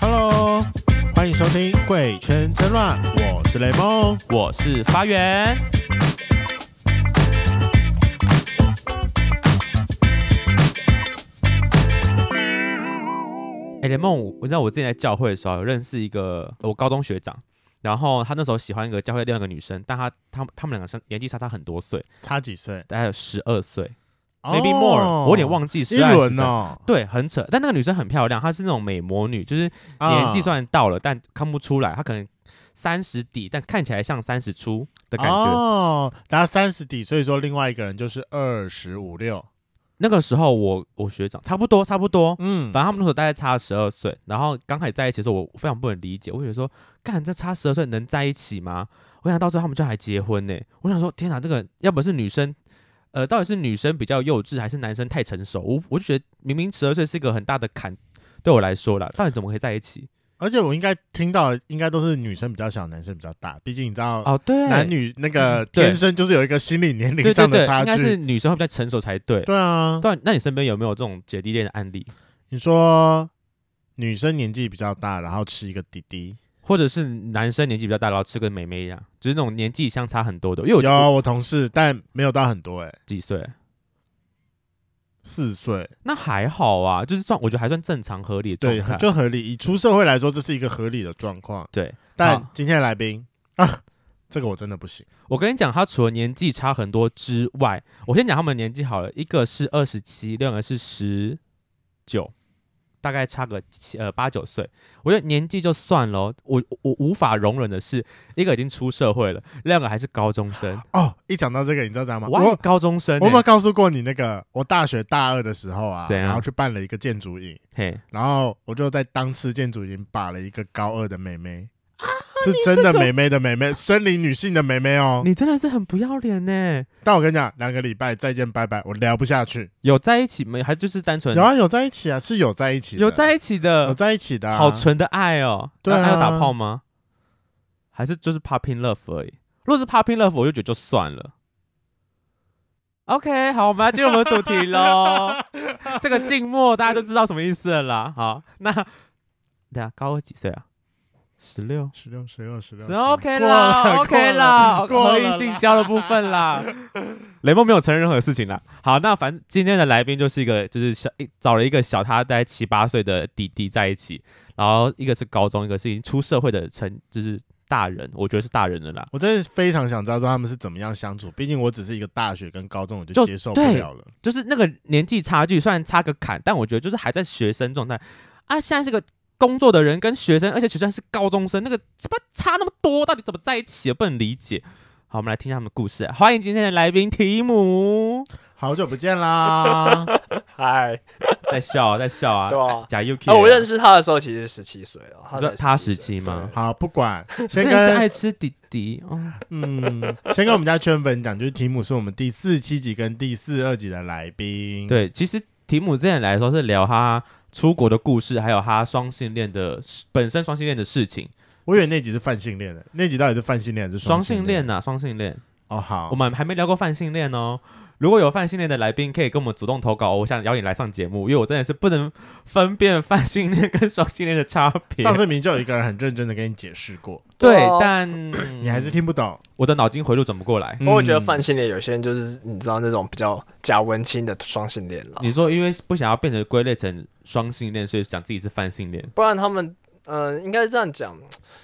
Hello，欢迎收听《贵圈真乱》，我是雷梦。我是发源。哎、雷梦，我你知道我之前在教会的时候有认识一个我高中学长，然后他那时候喜欢一个教会另外一个女生，但他他他们两个相年纪相差很多岁，差几岁大概有十二岁，maybe more，、我有点忘记哦一是轮。哦，对，很扯，但那个女生很漂亮，她是那种美魔女，就是年纪啊虽然到了，但看不出来，她可能三十底，但看起来像三十出的感觉。哦，大家三十底，所以说另外一个人就是二十五六。那个时候我我学长差不多差不多，嗯，反正他们那时候大概差十二岁，然后刚开始在一起的时候，我非常不能理解，我觉得说，干这差十二岁能在一起吗？我想到时候他们就还结婚呢、我想说，天哪，这个要不是女生，呃，到底是女生比较幼稚，还是男生太成熟？我我就觉得明明十二岁是一个很大的坎，对我来说啦，到底怎么可以在一起？而且我应该听到，应该都是女生比较小，男生比较大。毕竟你知道，哦，对，嗯男女那个对天生就是有一个心理年龄对对上的对，差应该是距。女生会比较成熟才对。对啊，对啊，那你身边有没有这种姐弟恋的案例，你说女生年纪比较大，然后吃一个弟弟，或者是男生年纪比较大，然后吃跟妹妹一样，就是那种年纪相差很多的？因为我有我同事，但没有到很多、欸，哎，几岁？四岁，那还好啊，就是算我觉得还算正常合理的对，状态。就合理。以出社会来说，这是一个合理的状况。对，但好今天的来宾啊，这个我真的不行。我跟你讲，他除了年纪差很多之外，我先讲他们的年纪好了，一个是二十七，另一个是十九，大概差个七呃八九岁。我觉得年纪就算了哦，我我无法容忍的是，一个已经出社会了，另一个还是高中生，哦，一讲到这个，你知道怎样吗？我爱我高中生、我有没有欸。告诉过你那个？我大学大二的时候啊，怎样然后去办了一个建筑营，嘿，然后我就在当次建筑营把了一个高二的妹妹，啊是真的妹妹的妹妹，生理女性的妹妹哦。你真的是很不要脸呢、但我跟你讲，两个礼拜再见拜拜，我聊不下去。有在一起没？还就是单纯有啊，有在一起啊，是有在一起的，有在一起的，有在一起的啊，好纯的爱哦。对啊那还有打炮吗？还是就是 popping love 而已？如果是 popping love，我就觉得就算了。OK，好，我们要进入我们的主题喽。 这个静默大家都知道什么意思了啦。好，那等下高二几岁啊？十六。十六十六十六是 OK 过了啦，OK 啦，过了合意性交的部分啦。雷梦没有承认任何事情啦。好，那反正今天的来宾就是一个，就是小一找了一个小他大概七八岁的弟弟在一起，然后一个是高中，一个是已经出社会的成，就是大人，我觉得是大人了啦。我真的非常想知道说他们是怎么样相处，毕竟我只是一个大学跟高中，我就就接受不对了了。就是那个年纪差距虽然差个坎，但我觉得就是还在学生状态啊。现在是个工作的人跟学生，而且学生还是高中生，那个怎么差那么多？到底怎么在一起的？不能理解。好，我们来听一下他们的故事啊。欢迎今天的来宾提姆。好久不见啦！嗨，在笑啊，在笑啊，对啊。假 UK 啊。那我认识识他的时候其实十七岁了，你他说才他17 17岁吗？好，不 管，先真的是跟爱吃弟弟哦。嗯，先跟我们家圈粉讲，就是提姆是我们第四七集跟第四二集的来宾。，对，其实提姆之前来说是聊他出国的故事，还有他双性恋的本身双性恋的事情。我以为那集是泛性恋的，那集到底是泛性恋还是双性性恋？呐，双性恋，哦，好，我们还没聊过泛性恋哦。如果有泛性恋的来宾，可以跟我们主动投稿哦，我想邀你来上节目，因为我真的是不能分辨泛性恋跟双性恋的差别。上次明明就有一个人很认真的跟你解释过，哦对对啊，但你嗯还是听不懂。 我的脑筋回路转不过来。我会觉得嗯泛性恋有些人就是你知道那种比较假文青的双性恋啦，你说，因为不想要变成归类成双性恋，所以讲自己是泛性恋。不然他们嗯、呃应该这样讲，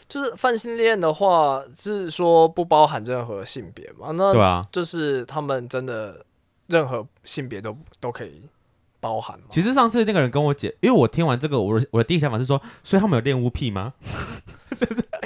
就是泛性恋的话是说不包含任何性别嘛，嗯对那啊，就是他们真的任何性别都都可以包含嘛。其实上次那个人跟我解，因为我听完这个，我的我的第一想法是说，所以他们有恋物癖吗？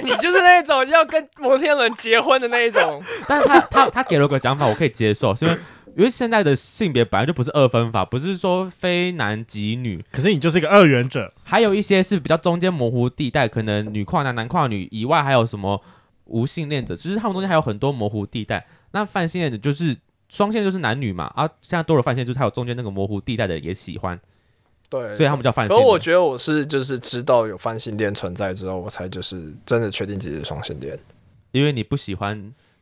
你就是那种要跟摩天轮结婚的那 一种，但是他他他给了我个讲法，我可以接受，是因为因为现在的性别本来就不是二分法，不是说非男即女，可是你就是一个二元者，还有一些是比较中间模糊地带，可能女跨男、男跨女以外，还有什么无性恋者，就是他们中间还有很多模糊地带。那泛性恋者就是双性恋就是男女嘛，啊，现在多了泛性恋就是他有中间那个模糊地带的也喜欢，对，所以他们叫泛性可是恋。我觉得我是就是知道有泛性恋存在之后，我才就是真的确定自己是双性恋。因为你不喜欢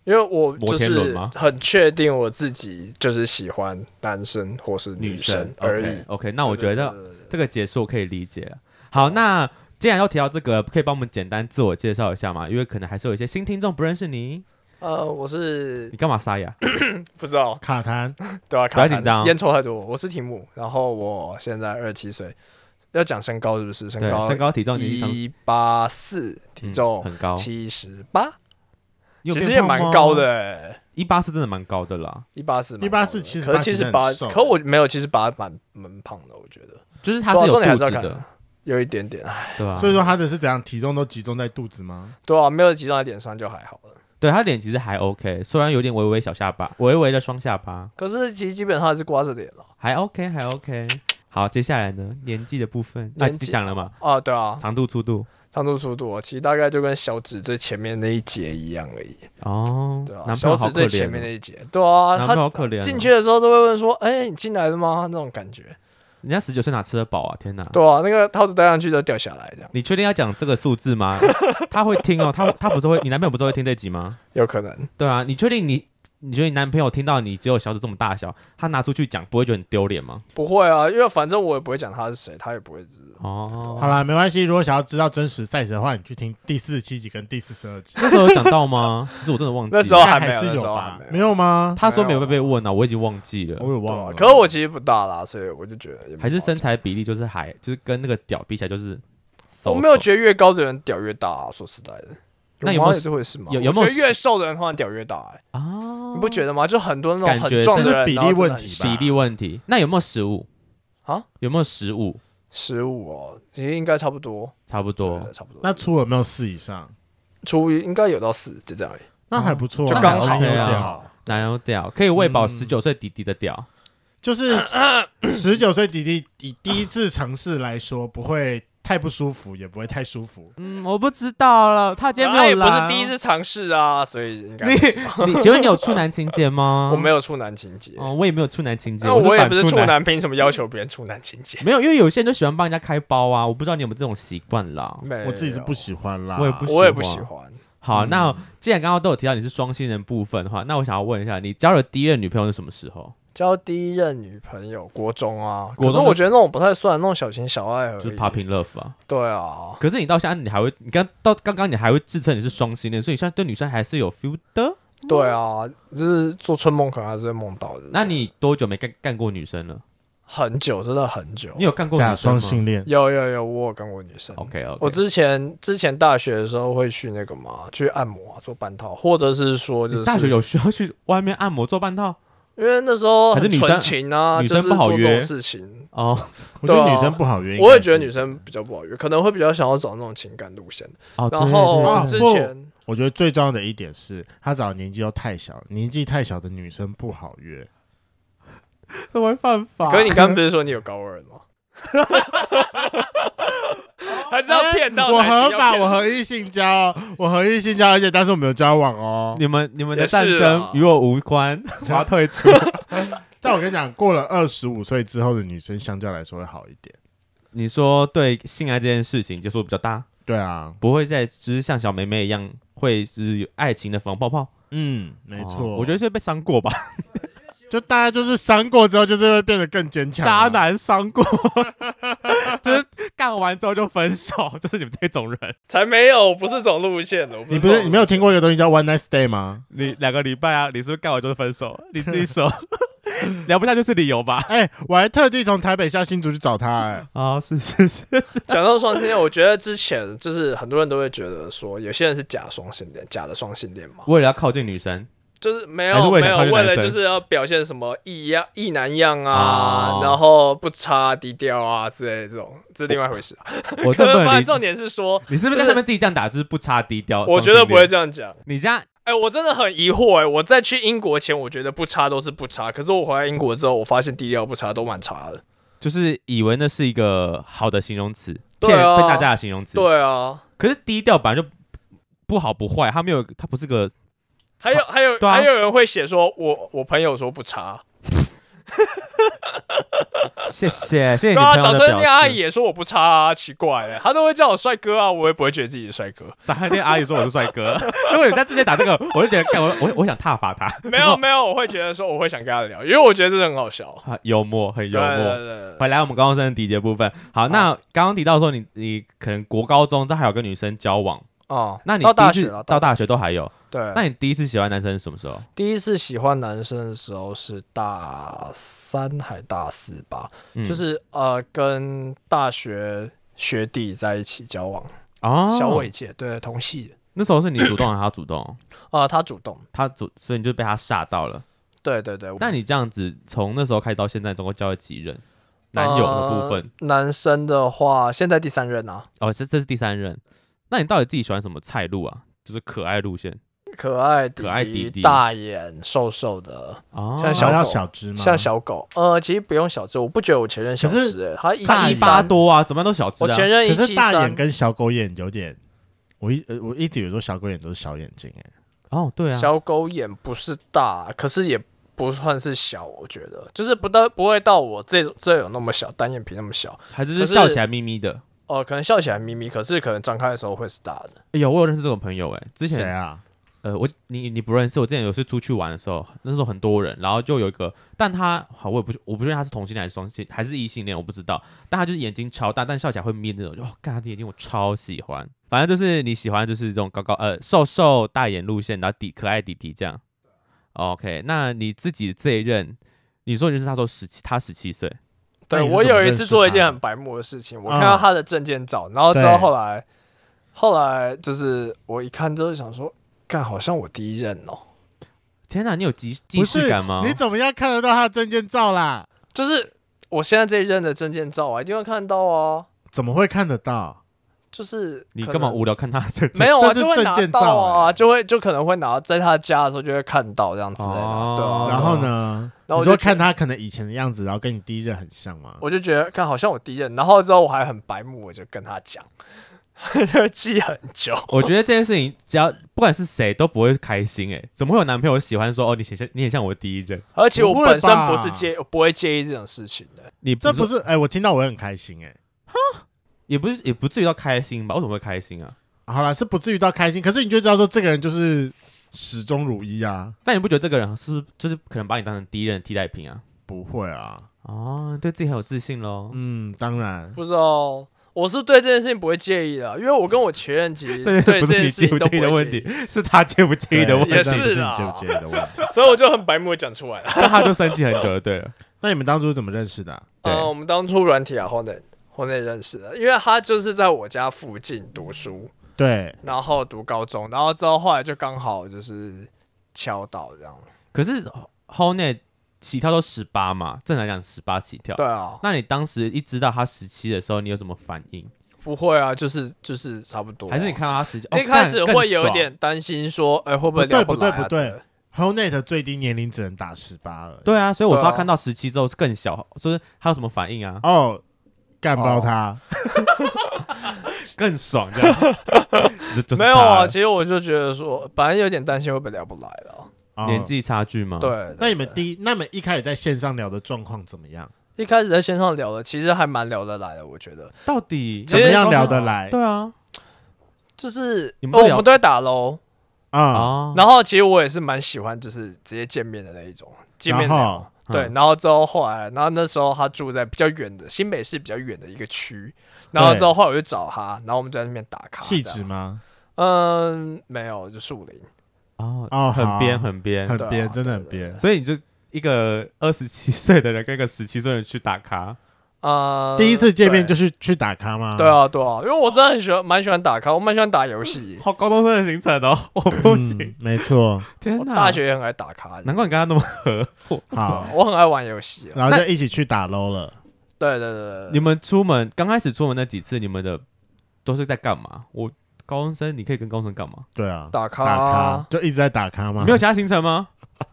因为我摩就天轮是吗很确定我自己就是喜欢男生或是女生生而已。 OK OK，那我觉对对得对对对这个解释我可以理解了。好，那既然要提到这个，可以帮我们简单自我介绍一下吗？因为可能还是有一些新听众不认识你，呃，我是你干嘛沙哑？不知道，卡痰，不 对啊，要卡痰紧张烟抽太多。我是提姆，然后我现在二十七岁，要讲身高是不是？身对，高身高体重年纪相一八四，体嗯重很高，七十八，你有其变实也胖蛮吗高的，欸，一八四真的蛮高的啦。一八四， 184可是其七实十八很，瘦可我没有七十八，蛮蛮胖的，我觉得就是它对啊是有重点还肚是要子的看，有一点点，唉对啊吧？所以说他的是怎样，体重都集中在肚子吗？对啊，没有集中在脸上就还好了。对他脸其实还 OK，虽然有点微微小下巴，微微的双下巴，可是其实基本上还是刮着脸了还 OK，还 OK。好，接下来呢，年纪的部分，那你年纪讲了嘛？啊，对啊，长度、粗度，长度粗度啊其实大概就跟小指最前面那一节一样而已，哦，对啊，男朋小友好指可最前面怜那哦，一节，对啊，男朋友他好可怜哦。进去的时候都会问说，哎，你进来了吗？那种感觉，人家十九岁哪吃得饱啊？天哪！对啊，那个套子戴上去就掉下来这样，你确定要讲这个数字 吗？他会听哦，他他不是会，你男朋友不是会听这集吗？有可能，对啊，你确定你，你觉得你男朋友听到你只有小指这么大小，他拿出去讲不会觉得很丢脸吗？不会啊，因为反正我也不会讲他是谁，他也不会知道。哦，好啦，没关系。如果想要知道真实赛事的话，你去听第四十七集跟第四十二集，那时候有讲到 吗？其实我真的忘记了。那时候应该还没有是那有时候吧还没？有没有吗？他说没有被被问啊，我已经忘记了我。也对忘啊了。可我其实不大啦，所以我就觉得也没还是什么身材比例就是还就是跟那个屌比起来就是手，好讲，我没有觉得越高的人屌越大啊，说实在的。那有有没有吗这回事吗？有有没有我觉得越瘦的人通常屌越大、欸？得啊，你不觉得吗？就很多那种感觉很壮的这是人，比例然后真的问很题吧比例问题？那有没有食物啊？有没有食物？十五哦，其实应该差不多，差不对多，差不多。那粗有没有四以上？初一应该有到四，就这样而已，那还不错啊，就刚好还有对啊点刚好。好。哪有屌可以喂饱嗯十九岁弟弟的屌？就是十九岁弟弟以第一次尝试来说，不会太不舒服，也不会太舒服。嗯，我不知道了，他今天没也有哎不来是啊。第一次尝试啊，所以应该 不是吧你，你请问你有处男情节吗？我没有处男情节，哦，我也没有处男情节，那我也反不是处处，男，凭什么要求别人处男情 节？没有，因为有些人就喜欢帮人家开包啊，我不知道你有没有这种习惯啦。没有我自己是不，喜欢啦，我也不喜喜我也不欢喜欢。好，嗯那既然刚刚都有提到你是双性人部分的话，那我想要问一下，你交了第一任女朋友是什么时候？交第一任女朋友，国中啊，国国中中我觉得那种不太算，那种小情小爱而已。就是 popping love 啊。对啊，可是你到现在你还会，你刚到刚刚你还会自称你是双性恋，所以你现在对女生还是有 feel 的。对啊，就是做春梦可能还是会梦到的。那你多久没干干过女生了？哦很久，真的很久。你有哦干过假女生双吗性恋。有有有，我有跟过女生。 ？OK OK，我之前之前大学的时候会去那个嘛，去按摩、啊、做半套，或者是说你就是大学有需要去外面按摩做半套因为那时候还是很女生纯情啊，女就是生不好做这约种事情。 哦我觉得对啊女生不好约，我也觉得女，生比较不好约，可能会比较想要找那种情感路线的。哦，对然后对之对前我觉得最重要的一点是，她找的年纪都太小，年纪太小的女生不好约。怎么会犯法？可是你刚刚不是说你有高二 吗？还是要骗到哎我男性合要法，骗我合意性交哦，我合意性交，而且但是我没有交往哦。你们你们的也是战争啊与我无 关，我要退出。但我跟你讲，过了二十五岁之后的女生，相较来说会好一点。 你说对性爱这件事情接受度比较大，对啊，不会再只是像小妹妹一样会是有爱情的防泡泡。嗯，没错、哦我觉得是被伤过吧。 就大家就是伤过之后，就是会变得更坚强、啊渣，男伤过， 就是干完之后就分手， 就是你们这种人。才没有，我不是这种路线的。我你不是你没有听过？过一个东西叫 one night stay 吗？你两个礼拜啊，你是不是干完就是分手？你自己说， 聊不下就是理由吧？哎、我还特地从台北下新竹去找他、哎，啊、是是 是， 讲到双性恋，我觉得之前就是很多人都会觉得说，有些人是假双性恋，假的双性恋嘛，为了要靠近女 生，就是没还是有为了想没有靠近为男了生就是要表现什么异样异男样哦啊，然后不差低调啊之类的这种，这是另外一回事啊。我可真的不是能反理正重点是说，你是不是在上面自己这样打，就是不差低调？我觉得不会这样。这样讲。你这样哎、我真的很疑惑哎、我在去英国前，我觉得不差都是不差，可是我回来英国之后，我发现低调不差都蛮差的。就是以为那是一个好的形容词，对骗啊骗大家的形容词。对啊，可是低调本来就不好不坏，他没有，他不是个还有还有、对啊还有人会写说我我朋友说不差，谢 谢，谢谢你对啊，朋友早的餐表店阿姨示。也说我不差啊，奇怪欸，她都会叫我帅哥啊，我也不会觉得自己是帅哥。 早餐店阿姨说我是帅哥， 如果你在之前打这个，我就觉得干我我我想踏伐他，没有没有，我会觉得说我会想跟她聊，因为我觉得真的很好笑。啊幽默 很幽对对默。对对对回来我们高中生的底节部分，好，那刚刚提到说你你可能国高中都还有跟女生交往，哦，那你到第一大次学了，到大学都还有，对，那你第一次喜欢男生是什么时候？第一次喜欢男生的时候是大三还大四吧，嗯就是呃跟大学学弟在一起交往，哦，小伟姐对同系的那时候是你主动还是他主动？啊、他主动，他主，所以你就被他吓到了。对对对，那你这样子从那时候开始到现在，总共交了几任男友的部分？呃男生的话，现在第三任啊，哦，这这是第三任。那你到底自己喜欢什么菜路啊？就是可爱路线可爱弟可爱弟弟大眼瘦瘦的，哦，像想小要狗小只吗？像小狗。呃，其实不用小只，我不觉得我前任小可是只、欸，他一大大七一眼八三，多啊，怎么样都小只我前啊。任可一是七大眼三，跟小狗眼有点，我一呃我一直以为说小狗眼都是小眼睛哎、哦，对啊，小狗眼不是大，可是也不算是小，我觉得就是不到不会到我这这有那么小，单眼皮那么小。还是可就是笑起来眯眯的。哦、可能笑起来咪咪，可是可能张开的时候会是大的。哎呦，我有认识这种朋友哎、之谁前啊？呃，我你你不认识，我之前有一次出去玩的时候，那时候很多人，然后就有一个，但他好，我也不我不确定他是同性恋还是双性还是异性恋，我不知道，但他就是眼睛超大，但笑起来会眯那种，就哦，干他的眼睛我超喜欢，反正就是你喜欢就是这种高高呃瘦瘦大眼路线，然后底可爱底底这样。OK，那你自己这一任，你说你认识他说十七，他十七岁，那对你是我怎么有一认次识做一他件的很白目的事情，我看到嗯他的证件照，然后之后对后来，后来就是我一看之后就想说，干好像我第一任哦，天哪，你有即既不视是感啊吗？你怎么样看得到他的证件照啦？就是我现在这一任的证件照啊，一定会看到啊，怎么会看得到？就是你可干嘛能无聊看他这没有啊，这是就会拿证件到照啊，欸就会就可能会拿到在他家的时候就会看到这样之类的啊，对哦啊。然后？呢？然后我你就说觉得看他可能以前的样子，然后跟你第一任很像吗？我就觉得看好像我第一任，然后之后我还很白目，我就跟他讲，就记很久。我觉得这件事情，只要不管是谁都不会开心哎、怎么会有男朋友喜欢说哦你很像你很像我第一任？而且我不会本身不吧是介，我不会介意这种事情的。你这不是是哎、我听到我会很开心哎、也不是也不至于到开心吧？为什么会开心啊？好啦，是不至于到开心，可是你就知道说这个人就是始终如一啊，但你不觉得这个人是不是就是可能把你当成第一任的替代品啊？不会啊，哦，对自己很有自信喽。嗯，当然，不知道，我是对这件事情不会介意的，因为我跟我前任其实对这这不是件你事介情不都介不意的会问介题意，，是他介不介意的问对题也。这不是是你啊接不接的问题。所以我就很白目地讲出来了。那他就生气很久就对了。 那你们当初怎么认识的啊、对呃，我们当初软体啊，后来后来认识的，因为他就是在我家附近读书，对，然后读高中，然后之后后来就刚好就是敲到这样。可是 h o n e 起跳都十八嘛，正常来讲十八起跳。对啊，那你当时一知道他十七的时候，你有什么反应？不会啊，就是就是差不多啊、还是你看到他十七，哦一开始干更会有爽点担心说，哎、会不会不对聊来、啊、不对不对之类的 h o n e t 最低年龄只能打十八了。对啊，所以我说对啊他看到十七之后是更小，就是他有什么反 应啊？哦，干爆他！更爽这样，哦就就是没有他啊，了其实我就觉得说，本来有点担心会不会聊不来了。哦 年。纪差距嘛。对，，对那你们对第一，那你们一开始在线上聊的状况怎么样？一开始在线上聊的，其实还蛮聊得来的，我觉得。到底怎么样聊得来哦对啊，就是你们哦会我聊们都在打喽，啊？啊，然后其实我也是蛮喜欢，就是直接见面的那一种，见面然聊。后嗯对，然后之后后来，然后那时候他住在比较远的新北市比较远的一个区，然后之后后来我就找他，然后我们就在那边打卡。细这致样？吗？嗯，没有，就树林。哦哦很边好很边，很对啊编，真的很对对编。所以你就一个二十七岁的人跟一个十七岁的人去打卡，呃，第一次见面就。对去去打卡吗？对啊，对啊，因为我真的很喜欢，蛮喜欢打卡，我蛮喜欢打游戏，好高中生的行程哦，我嗯，不行，没 错。天我哪！大学也很爱打卡的。啊难怪你跟他那么合。好，我很爱玩游戏啊。然后就一起去打 low 了。对对对对，你们出门刚开始出门那几次，你们的都是在干嘛？我高中生，你可以跟高中生干嘛？对啊，打卡打啊卡就一直在打卡吗？你没有其他行程吗？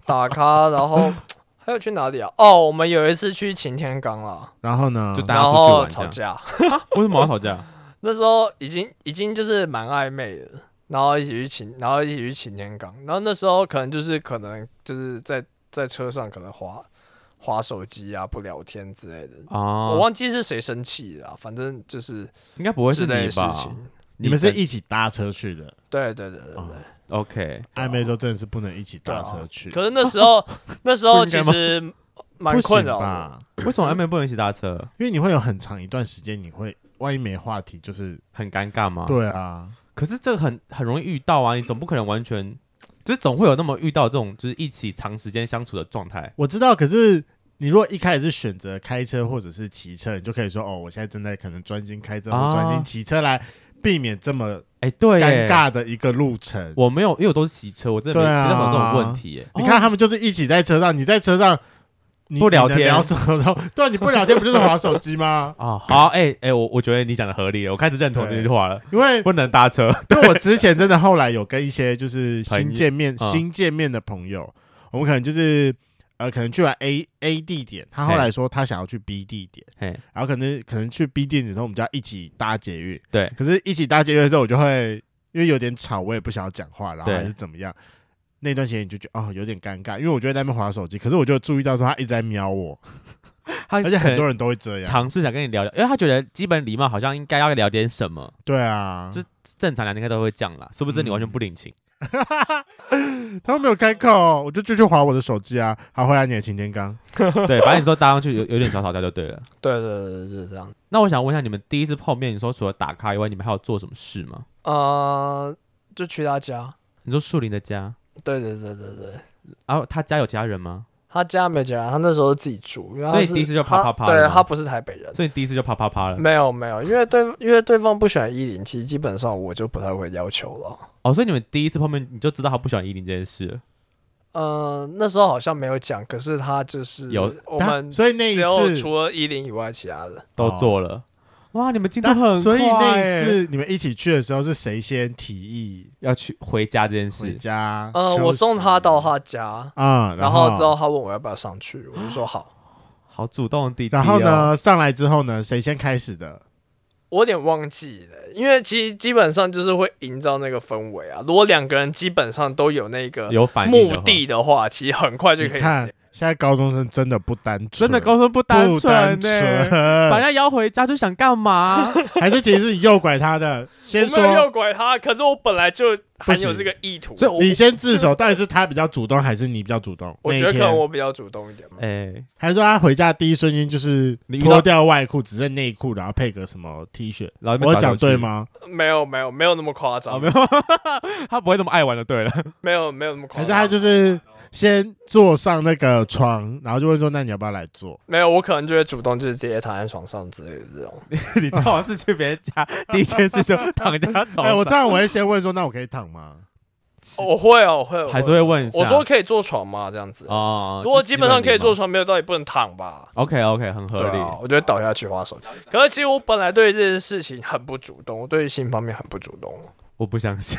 打卡，然后 还有去哪里啊？哦，我们有一次去擎天岗啊啦，然后呢就？大家哦然出去后玩这吵样。架， 为什么要吵架？那时候已经已经就是蛮暧昧的，然后一起去擎，然后一起去擎天岗，然后那时候可能就是可能就是在在车上可能滑划手机啊、不聊天之类的。我啊，忘记是谁生气了啊、反正就是应该不会之是类你的事吧？情。你们是跟一起搭车去的，对对对对对哦。 OK，啊暧昧的时候真的是不能一起搭车去，可是那 时候，那时候其不实蛮不行困扰啊的。哦吧？为什么暧昧不能一起搭车？因为你会有很长一段时间，你会万一没话题，就是很尴尬吗？对啊，可是这个很很容易遇到啊，你总不可能完全，就是总会有那么遇到这种就是一起长时间相处的状态。我知道，可是你如果一开始是选择开车或者是骑车，你就可以说哦，我现在正在可能专心开车啊或专心骑车来避免这么哎、对耶尴，尬的一个路程。我没有，因为我都是骑车，我真的没对啊哦比较少这种问题耶。你看他们就是一起在车上，你在车上你不聊天？你能聊什么都对啊，你不聊天不就是划手机吗 哦，好，哎、哎、我我觉得你讲的合理了，我开始认同这句话了。因为不能搭车，因为我之前真的后来有跟一些就是新见面朋友嗯新见面的朋友，我们可能就是呃可能去完 A A 地点，他后来说他想要去 B 地点。哎，然后可能可能去 B 店然后我们就要一起搭捷运。对可是一起搭捷运的时候，我就会因为有点吵，我也不想要讲话，然后对还是怎么样。那段时间你就觉得哦有点尴尬，因为我就会在那边划手机，可是我就注意到说他一直在瞄我，他而且很多人人都会这样。尝试想跟你聊聊，因为他觉得基本礼貌好像应该要聊点什么，对啊，这正常聊天应该都会这样啦，殊不知你完全不领情。 他们没有开口，我就继续划我的手机啊。好，回来你的擎天刚，对，反正你说搭上去有有点小吵架就对了。对对对对，就是这样。那我想问一下，你们第一次碰面，你说除了打卡以外，你们还有做什么事吗？呃，就去他家。你说树林的家，对对对对对，然、后他家有其他人吗？他他家没有家，他那时候自己住，因为他所以是第一次就啪他啪啪了对吗他不是台北人。所以你第一次就啪啪啪了。没有没有，因为对因为对方不喜欢一零七，基本上我就不太会要求了。哦，所以你们第一次碰面你就知道他不喜欢依林这件事了。呃，那时候好像没有讲，可是他就是有我他们所以那一只有次除了一零以外其他的。都哦做了。哇，你们进度但很快、欸。所以那一次你们一起去的时候是谁先提议要去回家这件回事，家？啊呃，休我送息他到他家，啊、然后之后他问我要不要上去，我就说好。好主动的弟哦弟、然后？呢，上来之后呢，谁先开始的？我有点忘记了，因为其实基本上就是会营造那个氛围啊。如果两个人基本上都有那个有反应目的话的的话，其实很快就你可以看解。，现在高中生真的不单纯，真的高中不单不纯欸单呢、把纯，人家邀回家就想 干嘛？还是其实是你诱拐他的。先我没有说，要拐他，可是我本来就含有不行这个意图，所以我你先自首，到底是他比较主动，还是你比较主动？我那一觉得可天能我比较主动一点嘛。哎、还是说他回家第一瞬间就是你遇到脱掉外裤，只剩内裤，然后配个什么 T 恤？老我有讲对？吗？没有没有没有那么夸张，啊哦，没有， 他不会这么爱玩就对了。 没有没有那么夸还张，啊是他就是先坐上那个床，然后就会说：“那你要不要来坐没有，我可能就会主动就是直接躺在床上之类的这种。你最好是去别人家，第一 件事就躺人家？”床上。哎，我这样我会先问说：“那我可以躺吗哦我会哦，我会，我还是会问一下。我说可以坐床吗？这样子，哦，如果基本上可以坐出。床，没有道理不能躺吧？ OK OK，很合对理。啊，我就会倒下去划手机。可是其实我本来对这件事情很不主动，我对性方面很不主动，我不相信，？”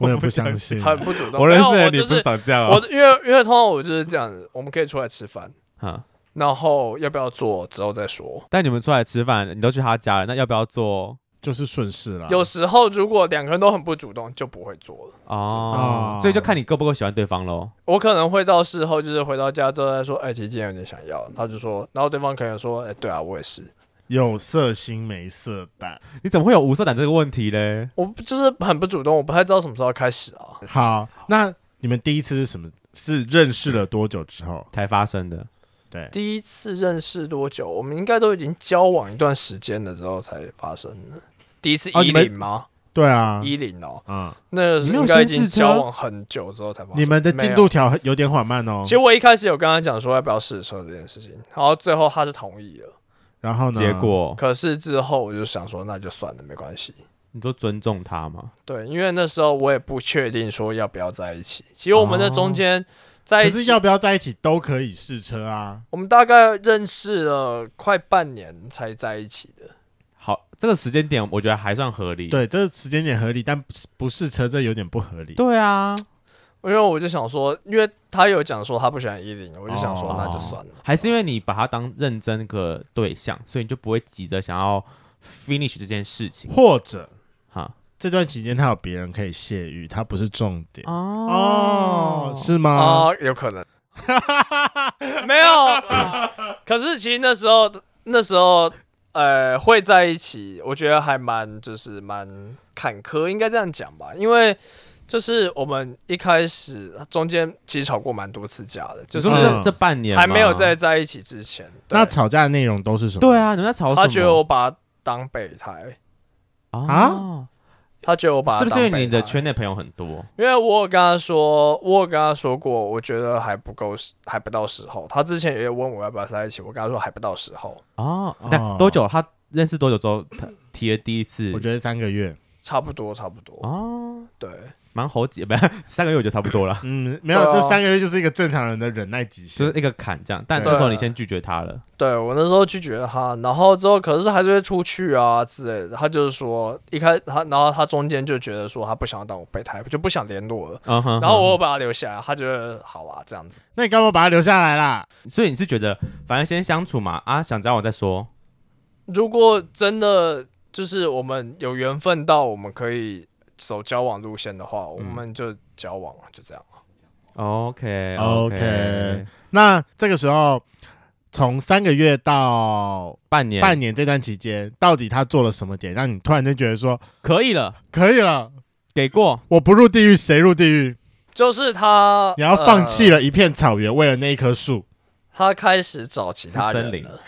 我也不相相信。信，很不主 动。嗯我认识没有的我你就不是是长这样啊我，因为因为通常我就是这样子，我们可以出来吃饭，哈。然后要不要做之后再说。但你们出来吃饭，你都去他家了，那要不要做？就是顺势了。有时候如果两个人都很不主动，就不会做了。哦哦，所以就看你够不够喜欢对方喽。我可能会到事后，就是回到家之后再说，哎、其实今天有点想要，他就说，然后对方可能说，哎、对啊，我也是，有色心没色胆。你怎么会有无色胆这个问题嘞？我就是很不主动，我不太知道什么时候开始啊。好，那你们第一次是什么？是认识了多久之后？才发生的。对，第一次认识多久？我们应该都已经交往一段时间了之后才发生的。第一次哦一你们零吗？对啊，一零哦，啊、那你是没有应该已先经试车交往很久之后才发生。你们的没有进度，条有点缓慢哦其。实我一开始有跟他讲说要不要试车这件事情，然后最后他是同意了。然后呢？结果可是之后我就想说那就算了，没关系。你都尊重他吗？对，因为那时候我也不确定说要不要在一起。其实我们的中间在可一是起，要不要在一起都可以试车啊。我们大概认识了快半年才在一起的。好，这个时间点我觉得还算合理。对，这时间点合理，但不是不试车这有点不合理。对啊，因为我就想说，因为他有讲说他不喜欢一零，我就想说哦那就算了。还是因为你把他当认真个对象，所以你就不会急着想要 finish 这件事情。或者哈这段期间他有别人可以泄欲，他不是重点。哦，哦是吗？ 啊，有可能。没有、啊可是其实那时候那时候呃会在一起，我觉得还蛮就是蛮坎坷，应该这样讲吧，因为。就是我们一开始中间其实吵过蛮多次架的，就就是是嗯这半年还没有吗在在一起之前，对那吵架的内容都是什么？对，啊，你们在吵什么？他觉得我把他当备胎，啊，他觉得我把他是不是因当为备你的胎圈内朋友很多？因为我有跟他说，我有跟他说过，我觉得还不够时，还不到时候。他之前也问我要不要在一起，我跟他说还不到时候，哦哦，但多久？他认识多久之后，他提了第一次？我觉得三个月。差不多，差不多。哦，对，蛮猴急，不是 三个月我觉得差不多 了，嗯，没有，对啊这三个月就是一个正常人的忍耐极就限。是一个坎这样。但对这时候你先拒绝他了，对我那时候拒绝了他，然后之后可是还是会出去啊之类的。他就是说，一开他，然后他中间就觉得说他不想要当我备胎，就不想联络了。嗯哼。然后我又把他留下来，他觉得好啊这样子。那你干嘛把他留下来啦？哼，所以你是觉得反正先相处嘛，啊，想找我再说。如果真的就是我们有缘分到我们可以走交往路线的话，我们嗯就交往，就这样。 OK OK 那这个时候，从三个月到半年半年这段期间，到底他做了什么点，让你突然间觉得说可以了，可以了，给过。我不入地狱谁入地狱？就是他，你要放弃了、了一片草原，为了那一棵树。他开始找其他是森人林了。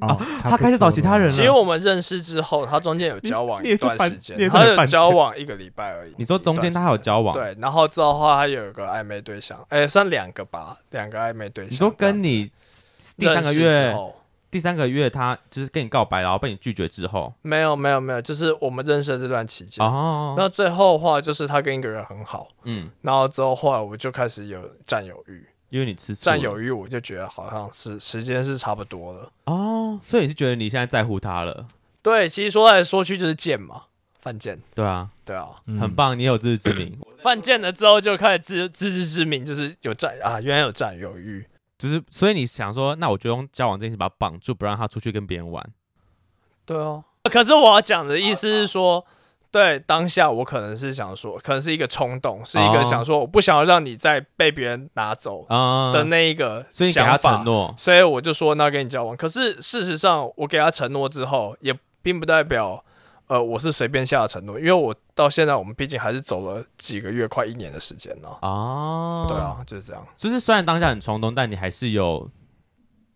哦，呃啊他开始找其他人了其实我们认识之后，他中间有交往啊 你也一是段犯时间你也，是他很有犯贱交往一个礼拜而已。你说中间他还有交往，对，然后之后他有一个暧昧对象，哎、算两个吧，两个暧昧对象。你说跟这样你子第三个认识之月，后第三个月他就是跟你告白，然后被你拒绝之后，没有没有没有，就是我们认识的这段期间。哦，那最后的话就是他跟一个人很好，嗯，然后之后后来我就开始有占有欲，因为你吃醋占有欲我就觉得好像是时间是差不多了。哦，所以你是觉得你现在在乎他了？对，其实说来说去就是贱嘛，犯贱。对啊，对啊，嗯很。棒，你有自知之明， 犯贱了之后就开始自自知之明，就是有占啊，原来有占有欲。就是所以你想说，那我就用交往这件事把他绑住，不让他出去跟别人玩。对哦，啊可是我要讲的意思是说，对当下我可能是想说，可能是一个冲动，是一个哦想说我不想要让你再被别人拿走啊、的那一个所以你给他想法承诺，所以我就说那跟你交往。可是事实上，我给他承诺之后，也并不代表，呃，我是随便下的承诺，因为我到现在我们毕竟还是走了几个月，快一年的时间了。哦，对，啊，就是这样。就是虽然当下很冲动，但你还是有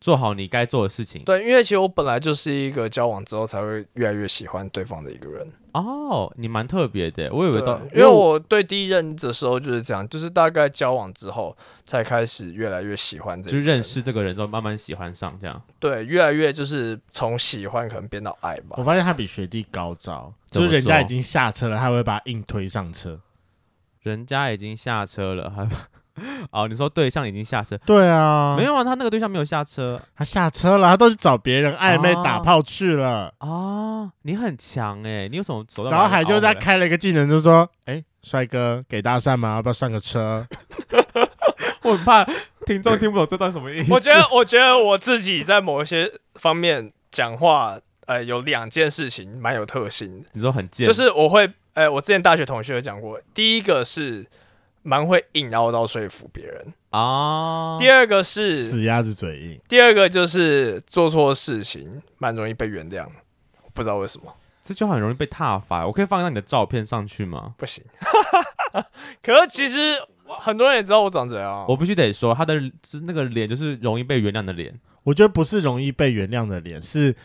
做好你该做的事情。对，因为其实我本来就是一个交往之后才会越来越喜欢对方的一个人。哦，你蛮特别的，我以为对到，啊，因为我对第一任的时候就是这样，就是大概交往之后才开始越来越喜欢这就个人，认识这个人之后，慢慢喜欢上这样。对，越来越就是从喜欢可能变到爱吧我。发现他比学弟高招，怎就么是人家说已经下车了，他会把他硬推上车。人家已经下车了， 还哦，你说对象已经下车，对啊，没有啊，他那个对象没有下车他下车了，他都去找别人暧昧哦打炮去了，哦，你很强哎、你有什么手段把然后他凹回还来？就在开了一个技能，就说：“哎，帅哥，给搭讪吗？要不要上个车 我很怕听众听不懂这段什么意思。我觉得，我觉得我自己在某一些方面讲话，呃，有两件事情蛮有特性的，你说很贱，就是我会，呃，我之前大学同学有讲过，第一个是蛮会硬凹到说服别人，啊，第二个？”是死鸭子嘴硬，第二个就是做错事情蛮容易被原谅，我不知道为什么这就很容易被踏伐。我可以放到你的照片上去吗？不行。 可是其实很多人也知道我长怎样，啊我必须得说，他的是那个脸就是容易被原谅的脸。我觉得不是容易被原谅的脸，是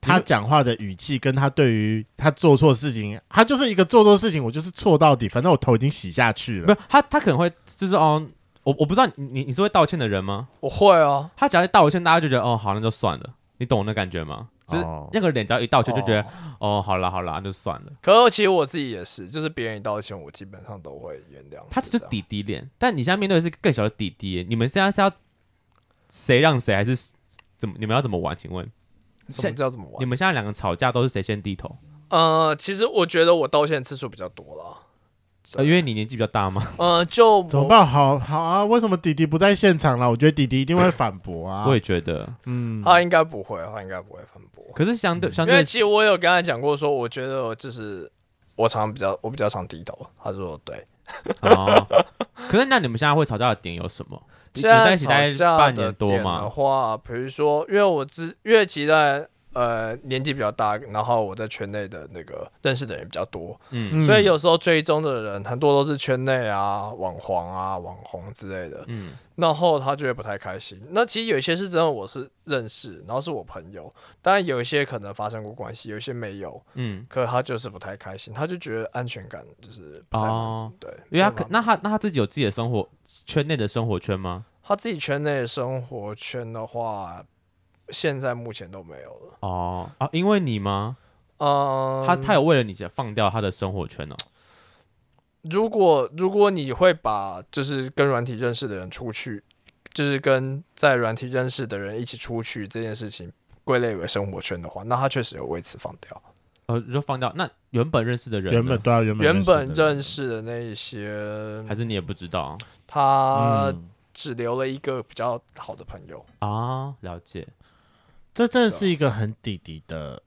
他你就讲话的语气跟他对于他做错事情，他就是一个做错事情，我就是错到底，反正我头已经洗下去不了。是他，他可能会就是哦，我我不知道你你你是会道歉的人吗？我会哦，他只要一道歉，大家就觉得哦好，那就算了。你懂我那感觉吗？就是哦那个脸只要一道歉就觉得哦。哦好啦好啦，那就算了。可是其实我自己也是，就是别人一道歉，我基本上都会原谅。他只是这样弟弟脸，但你现在面对的是更小的弟弟耶。你们现在是要谁让谁，还是怎么？你们要怎么玩？请问什么叫怎么你玩？们现在两个吵架都是谁先低头？呃，其实我觉得我道歉次数比较多了。呃，因为你年纪比较大嘛，呃，就怎么办？好好啊，为什么弟弟不在现场了？我觉得弟弟一定会反驳啊。我也哎觉得。嗯，他应该不会，他应该不会反驳。可是相对相因对为，其实我有跟他讲过说我觉得就是我常比较我比较常低头。他说对，哦，可是那你们现在会吵架的点有什么？你现你在在一起大概吵架半的年多点哦的嘛，话，比如说，因为我之因为其在呃年纪比较大，然后我在圈内的那个认识的人比较多，嗯嗯所以有时候追踪的人很多都是圈内啊、网黄啊、网红之类的，嗯然后他就会不太开心。那其实有一些是真的我是认识，然后是我朋友，当然有一些可能发生过关系，有一些没有，嗯，可他就是不太开心，他就觉得安全感就是不太满足，哦对，因为他没有可满那他那他自己有自己的生活圈内的生活圈吗？他自己圈内的生活圈的话，现在目前都没有了。哦啊，因为你吗？嗯，他他有为了你放掉他的生活圈哦。如果如果你会把就是跟软体认识的人出去，就是跟在软体认识的人一起出去这件事情归类为生活圈的话，那他确实有为此放掉。呃，就放掉那原本认识的人呢，原本对啊，原本原识本的人认识的那一些，还是你也不知道他嗯只留了一个比较好的朋友。啊？了解。这真的是一个很弟弟的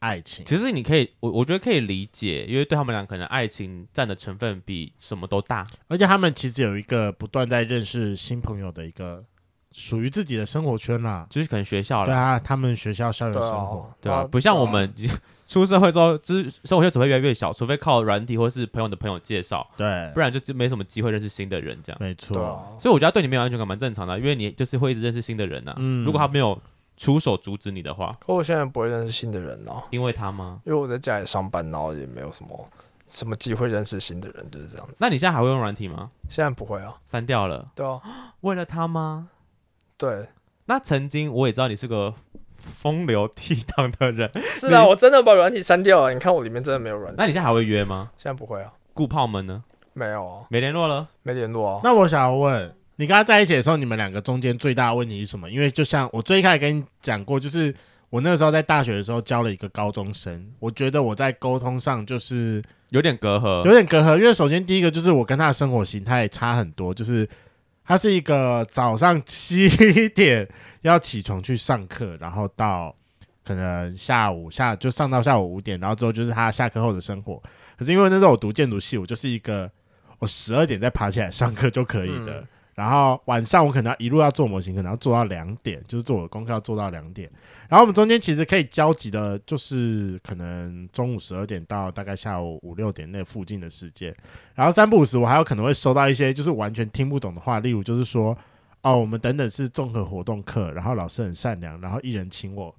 爱情。其实你可以，我我觉得可以理解，因为对他们俩可能爱情占的成分比什么都大。而且他们其实有一个不断在认识新朋友的一个属于自己的生活圈啦。就是可能学校对啦，啊，他们学校校园对生啊活，，嗯对吧、他不像对啊我们 出社会之后，就是生活圈只会越来越小，除非靠软体或是朋友的朋友介绍，对不，然就没什么机会认识新的人这样。没对错，啊，所以我觉得对你没有安全感蛮正常的，因为你就是会一直认识新的人呐、嗯如果他没有出手阻止你的话，可我现在不会认识新的人哦、因为他吗？因为我在家里上班，然后也没有什么什么机会认识新的人，就是这样子。那你现在还会用软体吗？现在不会啊，删掉了，对啊，为了他吗？对，那曾经我也知道你是个风流倜傥的人，是啊啊，我真的把软体删掉了。你看我里面真的没有软体， 那你现在还会约吗？现在不会啊，顾炮们呢？没有啊，没联络了。没联络啊。那我想要问，你跟他在一起的时候，你们两个中间最大的问题是什么？因为就像我最开始跟你讲过，就是我那个时候在大学的时候教了一个高中生，我觉得我在沟通上就是有点隔阂有点隔阂，因为首先第一个就是我跟他的生活形态差很多，就是他是一个早上七点要起床去上课，然后到可能下午下就上到下午五点，然后之后就是他下课后的生活。可是因为那时候我读建筑系，我就是一个我十二点再爬起来上课就可以的，嗯然后晚上我可能要一路要做模型，可能要做到两点，就是做我的功课要做到两点。然后我们中间其实可以交集的，就是可能中午十二点到大概下午五六点那附近的时间。然后三不五时，我还有可能会收到一些就是完全听不懂的话，例如就是说，哦，我们等等是综合活动课，然后老师很善良，然后一人请我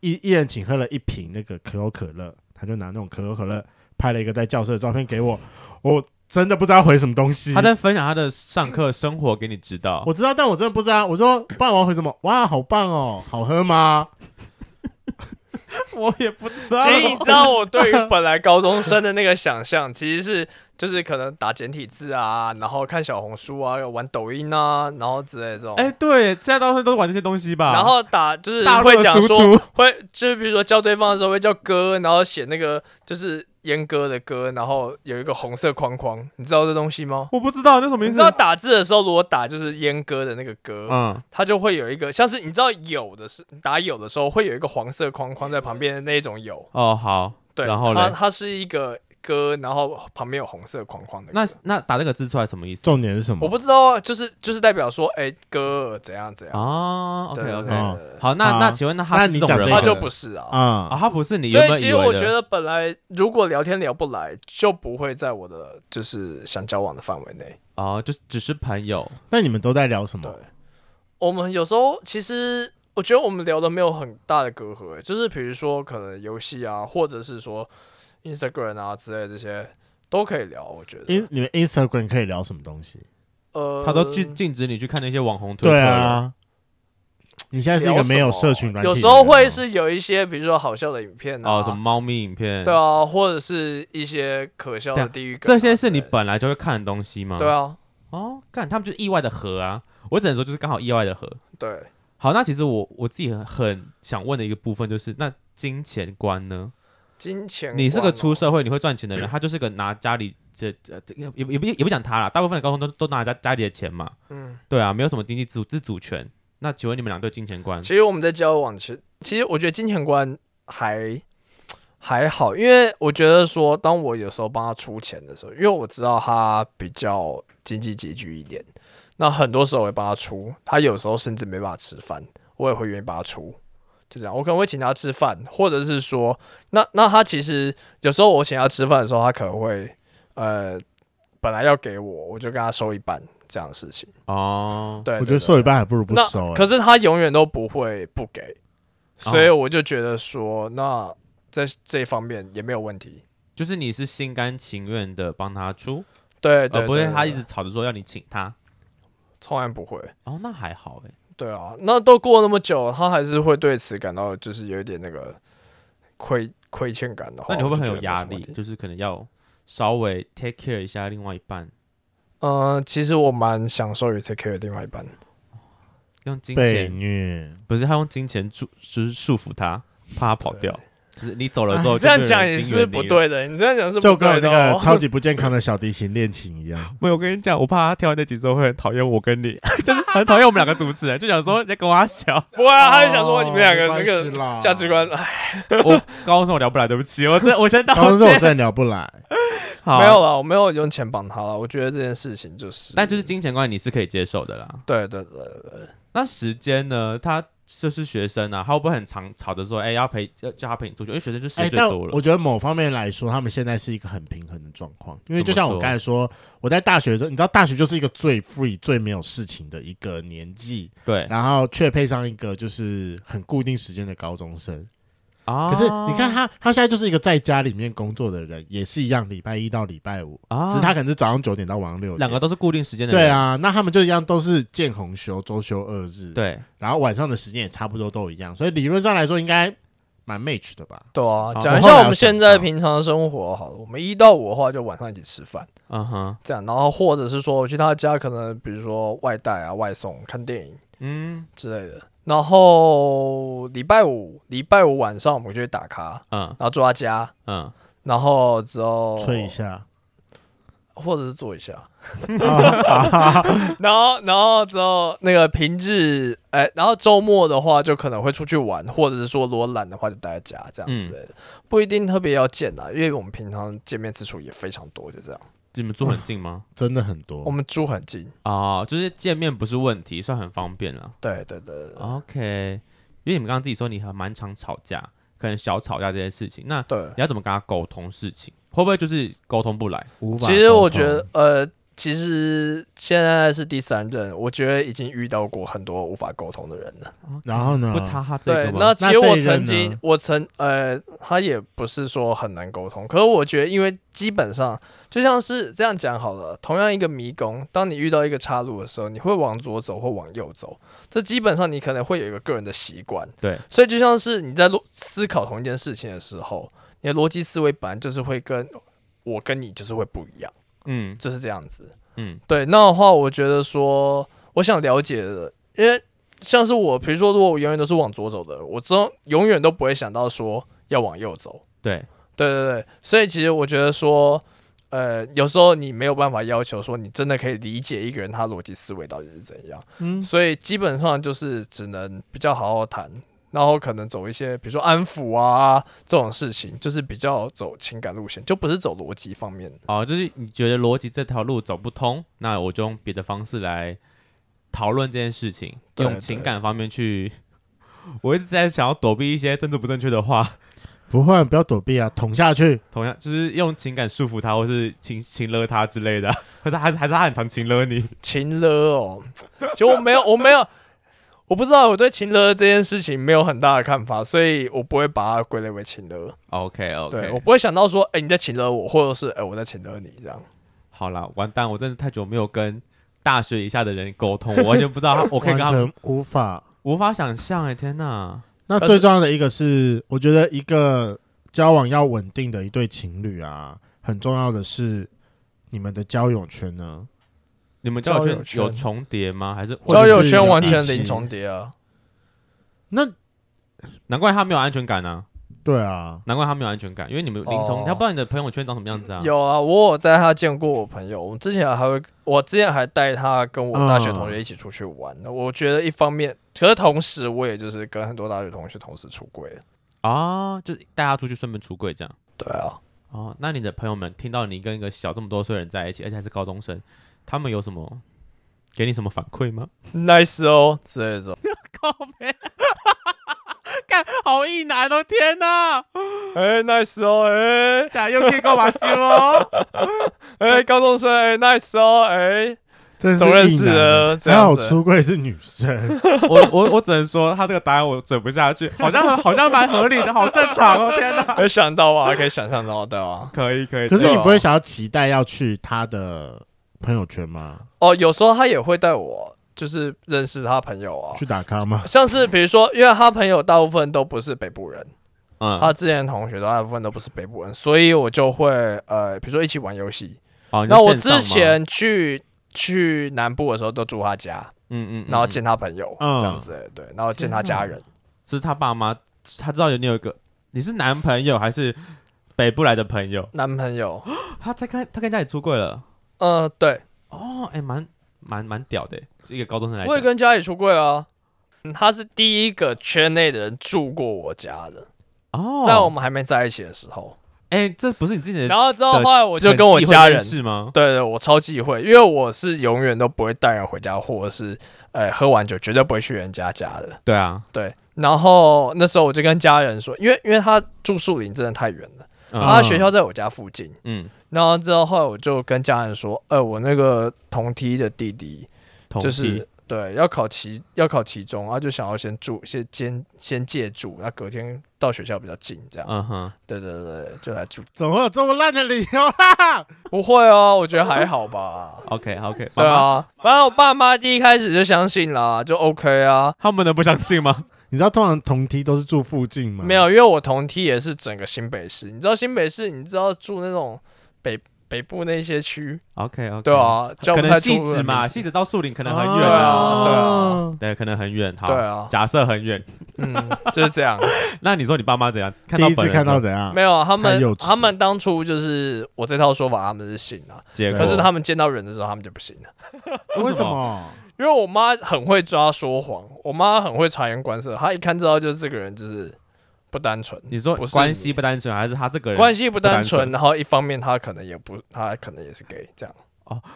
一一人请喝了一瓶那个可口可乐，他就拿那种可口可乐拍了一个在教室的照片给我，我真的不知道回什么东西。他在分享他的上课生活给你知道。我知道，但我真的不知道。我说不然我要回什么？哇，好棒哦，好喝吗？我也不知其 实你知道我对于本来高中生的那个想象，其实是就是可能打简体字啊，然后看小红书啊，玩抖音啊，然后之类的这种。哎、对，现在大部分都玩这些东西吧。然后打就是大陆会的讲输说出，会就是比如说叫对方的时候会叫哥，然后写那个就是阉割的割，然后有一个红色框框，你知道这东西吗？我不知道那什么你意知思。道打字的时候，如果打就是阉割的那个割，嗯，它就会有一个像是你知道有的是打有的时候会有一个黄色框框在旁边的那一种有，哦，好。对，然后它嘞它是一个割，然后旁边有红色框框的那割。那打这个字出来什么意思？重点是什么？我不知道啊，就是就是代表说，哎、哥怎样怎样，啊，OK 对 OK，对哦对好，那啊那请问那他那是你这种讲人这吗他个就不是啊，啊啊，他不是你所原以本其以实我为觉的。得本来如果聊天聊不来，就不会在我的就是想交往的范围内。哦，就是只是朋友。那你们都在聊什对么？，我们有时候其实我觉得我们聊的没有很大的隔阂、欸就是比如说可能游戏啊，或者是说 Instagram 啊之类的这些都可以聊。我觉因得，你们 Instagram 可以聊什么东西？呃，他都禁禁止你去看那些网红推特对了，啊，你现在是一个没有社群软体的人有哦，时候会是有一些比如说好笑的影片啊，哦，什么猫咪影片，对啊，或者是一些可笑对的啊地狱梗啊这之些类的、是你本来就会看的东西吗？对。啊，哦，干，他们就是意外的合啊！我只能说，就是刚好意外的合。对。好，那其实我我自己很很想问的一个部分就是，那金钱观呢？金钱观哦、你是个出社会你会赚钱的人，他就是个拿家里这呃这这也也不也不讲他啦，大部分的高中都都拿家家里的钱嘛，嗯，对啊，没有什么经济自主自主权。那请问你们俩对金钱观其实我们在交往前，其实我觉得金钱观还还好，因为我觉得说，当我有时候帮他出钱的时候，因为我知道他比较经济拮据一点，那很多时候我会帮他出，他有时候甚至没办法吃饭，我也会愿意帮他出。就这样，我可能会请他吃饭，或者是说，那那他其实有时候我请他吃饭的时候，他可能会呃，本来要给我，我就跟他收一半这样的事情。哦，对，我觉对得收一半还不如不那收、欸。可是他永远都不会不给，哦所以我就觉得说，那在这方面也没有问哦题。就是你是心甘情愿的帮他出，对对而对，不是他对一直吵着说要你请他。从来不会。哦，那还好哎，对啊，那都过那么久，他还是会对此感到就是有一点那个亏亏欠感的话，那你会不会很有我哦就觉得压没什么力问？题就是可能要稍微 take care 一下另外一半，嗯、其实我蛮享受于 take care 的另外一半。用金被钱虐，不是他用金钱束就是束缚他，怕他跑掉。就是你走了之后，啊这样讲也是不。对的，你这样讲是就不跟我对的、那个 哦。超级不健康的小提琴恋情一样。没有，我跟你讲，我怕他跳完那几周会很讨厌我跟你， 就是很讨厌我们两个主持人，就想说你在跟我笑。 不会 啊，他就想说你们两个哦那没个关系啦价 值观，哎，我高中我聊不来，对不起，我这我先道高中这种歉真。的聊不 来，好没有了，我没有用钱绑他了。我觉得这件事情就是，但就是金钱观你是可以接受的啦。对对对对对那时间呢？他就是学生啊，他会不会很常吵着说，哎、要陪要叫他陪你出去？因为学生就时哎、间最但多了。我觉得某方面来说，他们现在是一个很平衡的状况，因为就像怎我么说刚才说，我在大学的时候，你知道大学就是一个最 free、最没有事情的一个年纪，对然后却配上一个就是很固定时间的高中生。啊哦可是你看他，他现在就是一个在家里面工作的人，也是一样，礼拜一到礼拜五，啊哦只是他可能是早上九点到晚上六点，两个都是固定时间的人。对，啊，那他们就一样都是见红休、周休二日，，对，然后晚上的时间也差不多都一样，所以理论上来说应该蛮 match 的吧？对好啊！讲我一后来下我有想们现在到平常的生活好了，我们一到五的话就晚上一起吃饭。嗯哼，这样，然后或者是说我去他家，可能比如说外带啊、外送、看电影嗯之类的。然后礼拜五，礼拜五晚上我们就去打卡，嗯然后住他家，嗯，然后之后吹一，下，或者是坐一下。啊 然后，然后之后那个平日，哎、然后周末的话就可能会出去玩，或者是说如果懒的话就待在家这样之嗯类的，不一定特别要见啊，因为我们平常见面次数也非常多，就这样。你们住很近吗？真的很我多。们住很近，哦，就是见面不是问题，算很方便了。对对对对哦 OK，因为你们刚刚自己说你还蛮常吵架，可能小吵架这件事情，那对。你要怎么跟他沟通事情？会不会就是沟通不来？无法其实我沟觉得通，，呃，其实现在是第三任，我觉得已经遇到过很多无法沟通的人了。然后呢不差他这对个，那吗？其实那我这一任曾呢经，我曾呃，他也不是说很难沟通，可是我觉得，因为基本上就像是这样讲好了，同样一个迷宫，当你遇到一个岔路的时候，你会往左走或往右走，这基本上你可能会有一个个人的习惯。对，所以就像是你在逻思考同一件事情的时候，你的逻辑思维本来就是会跟我跟你就是会不一样，嗯就是这样子。嗯对，那的话，我觉得说，我想了解的，因为像是我，比如说，如果我永远都是往左走的，我之后永远都不会想到说要往右走。对，对对对，所以其实我觉得说，呃，有时候你没有办法要求说你真的可以理解一个人他逻辑思维到底是怎样，嗯，所以基本上就是只能比较好好谈，然后可能走一些比如说安抚啊这种事情，就是比较走情感路线，就不是走逻辑方面的。哦，就是你觉得逻辑这条路走不通，那我就用别的方式来讨论这件事情，对用情感方面去。 我一直在想要躲避一些政治不正确的话，不会，不要躲避啊，捅下去。同样就是用情感束缚他，或是情情勒他之类的， 可是还是还是他很常情勒你。情勒哦， 其实我没有，我没有，我不知道我对情勒这件事情没有很大的看法，所以我不会把它归类为情勒。 OK 对 OK，我不会想到说，哎、你在情勒我，或者是哎、诶我在情勒你这样。好啦，完蛋，我真的太久没有跟大学以下的人沟通，我完全不知 道他，我可以完跟他们全无法。无法想象哎、天哪！那最重要的一个是，我觉得一个交往要稳定的一对情侣啊，很重要的是你们的交友圈呢，你们交交友友圈有圈重叠吗？还是或者交是友圈完一全起零重叠啊，那难怪他没有安全感呢、对啊，难怪他没有安全感，因为你们零重，哦他不知道你的朋友圈长什么样子啊。有啊，我有带他见过我朋友，我之前还会，我之前还带他跟我大学同学一起出去玩。我觉得一方面，可是同时我也就是跟很多大学同学同时出轨了。啊，就是带他出去顺便出柜这样。对啊，哦，那你的朋友们听到你跟一个小这么多岁的人在一起，而且还是高中生，他们有什么给你什么反馈 吗？ nice 哦之类的这种。靠背， 干好意难哦！天哪，哎，nice 哦，哎假又可以购买鸡哦，哎，高中生，哎，nice 哦，哎， 真是怎么认识意难啊的这还样好子出柜是女生，我我我只能说他这个答案我嘴不下去，好像好像蛮合理的，好正常哦！ 天哪，有哎想到吧？可以想象到的啊。可以可以，可是对哦你吧不会想要期待要去她的朋友圈吗？ 哦，有时候他也会带我，就是认识他朋友哦啊。去打卡吗？像是比如说，因为他朋友大部分都不是北部人，嗯他之前的同学大部分都不是北部人，所以我就会呃，比如说一起玩游戏。哦，你那说我线上吗之前去去南部的时候都住他家，嗯嗯，然后嗯见他朋友、嗯这样子、哎对，然后见他家人。是他爸妈，他知道有你有一个，你是男朋友还是北部来的朋友？男朋友，他在看他跟家里出柜了，嗯、对，哦，哎，蛮蛮蛮屌的，一个高中生来我也讲，跟家里出柜啊。嗯他是第一个圈内的人住过我家的，哦，在我们还没在一起的时候。哎，这不是你自己的，然后之后后来我就跟我家人，是吗？对对，我超忌讳，因为我是永远都不会带人回家，或者是呃喝完酒绝对不会去人家家的。对啊，对，然后那时候我就跟家人说，因为因为他住树林真的太远了，嗯然后他啊学校在我家附近，嗯，然后之后后来我就跟家人说，呃，我那个同梯的弟弟同就梯是对要考期要考期中，他就想要先住先先先借住，那隔天到学校比较近这样。嗯哼，对对对，就来住。怎么会有这么烂的理由 啦？不会哦，我觉得还好吧。 OK OK，对，啊，反正我爸妈第一开始就相信啦，就 OK 啊。他们能不相信吗？你知道通常同梯都是住附近吗？没有，因为我同梯也是整个新北市，你知道新北市，你知道住那种北北部那些区， OK OK，对，啊，叫可不能太出细人致嘛，名字细致到树林可能很对哦远啊对啊对，可能很远，好，对啊，假设很远，嗯，就是这 样。那你说你爸妈怎样？看第到一本次人看到的怎样？没有，啊他太们幼稚他们当初就是我这套说法，他们是信啊，结果，可是他们见到人的时候，他们就不信了，为为什什么？因为我妈很会抓说谎，我妈很会察言观色，她一看知道就是这个人就是不单纯，你说不是关系不单纯，还是他这个人关系不单不单纯，纯然后一方面他可能也不，他可能也是 gay 这样。